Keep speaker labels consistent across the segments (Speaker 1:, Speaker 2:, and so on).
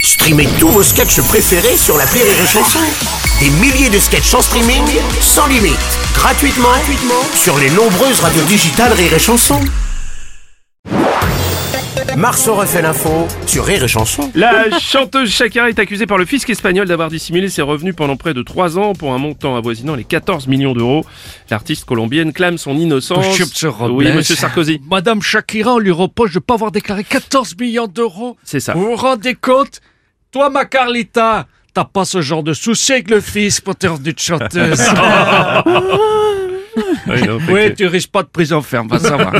Speaker 1: Streamez tous vos sketchs préférés sur la Rire et Chanson. Des milliers de sketchs en streaming, sans limite, gratuitement, gratuitement sur les nombreuses radios digitales Rire et Chanson. Marceau refait l'info sur Rire et Chanson.
Speaker 2: La chanteuse Shakira est accusée par le fisc espagnol d'avoir dissimulé ses revenus pendant près de 3 ans pour un montant avoisinant les 14 millions d'euros. L'artiste colombienne clame son innocence.
Speaker 3: Monsieur, monsieur Robles.
Speaker 2: oui, monsieur Sarkozy.
Speaker 3: Madame Shakira, on lui reproche de ne pas avoir déclaré 14 millions d'euros.
Speaker 2: C'est ça.
Speaker 3: Vous vous rendez compte Toi, ma Carlita, t'as pas ce genre de souci avec le fils, poteur d'une chanteuse.
Speaker 2: Oui, non, fait
Speaker 3: oui,
Speaker 2: que-
Speaker 3: tu risques pas de prison ferme, va savoir.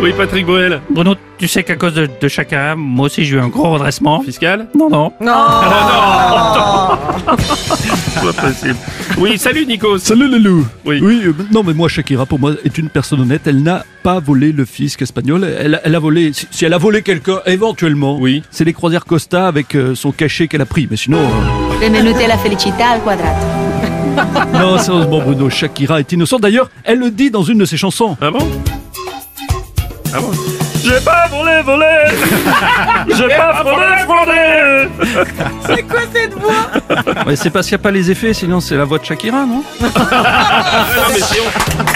Speaker 2: oui, Patrick Bruel.
Speaker 4: Bruno, tu sais qu'à cause de, de Shakira, moi aussi j'ai eu un gros redressement.
Speaker 2: Fiscal
Speaker 4: Non, non.
Speaker 2: Pas possible. Oui, salut Nico.
Speaker 5: Salut les loups
Speaker 2: Oui.
Speaker 5: euh, non mais moi Shakira pour moi est une personne honnête, elle n'a pas volé le fisc espagnol, elle, elle a volé, si, si elle a volé quelqu'un éventuellement,
Speaker 2: Oui.
Speaker 5: c'est les croisières Costa avec euh, son cachet qu'elle a pris, mais sinon... euh,
Speaker 6: Benvenute la felicità al quadrato.
Speaker 5: non sérieusement Bruno, Shakira est innocente, d'ailleurs elle le dit dans une de ses chansons.
Speaker 2: Ah bon Ah bon J'ai pas volé, volé J'ai pas volé, volé
Speaker 5: Ouais, c'est parce qu'il n'y a pas les effets, sinon c'est la voix de Shakira, non
Speaker 2: Ah, mais si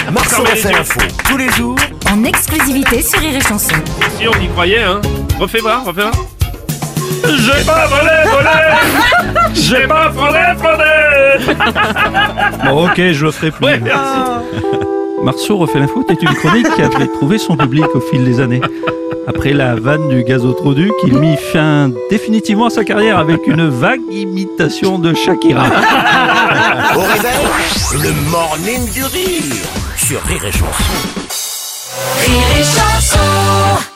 Speaker 2: on,
Speaker 1: Marceau
Speaker 2: Fermez les
Speaker 1: refait
Speaker 2: yeux.
Speaker 1: l'info tous les jours
Speaker 7: en exclusivité sur Rire et Chanson.
Speaker 2: si on y croyait, hein Refais voir, refais voir. J'ai pas volé, volé J'ai pas volé, volé
Speaker 5: Bon ok, je le ferai plus.
Speaker 2: Ouais, merci
Speaker 5: Marceau refait l'info est une chronique qui avait trouvé son public au fil des années. Après la vanne du gazotroduc, il mit fin définitivement à sa carrière avec une vague imitation de Shakira.
Speaker 1: au réveil. Le morning du rire sur Rire et Chanson.
Speaker 7: Rire et Chanson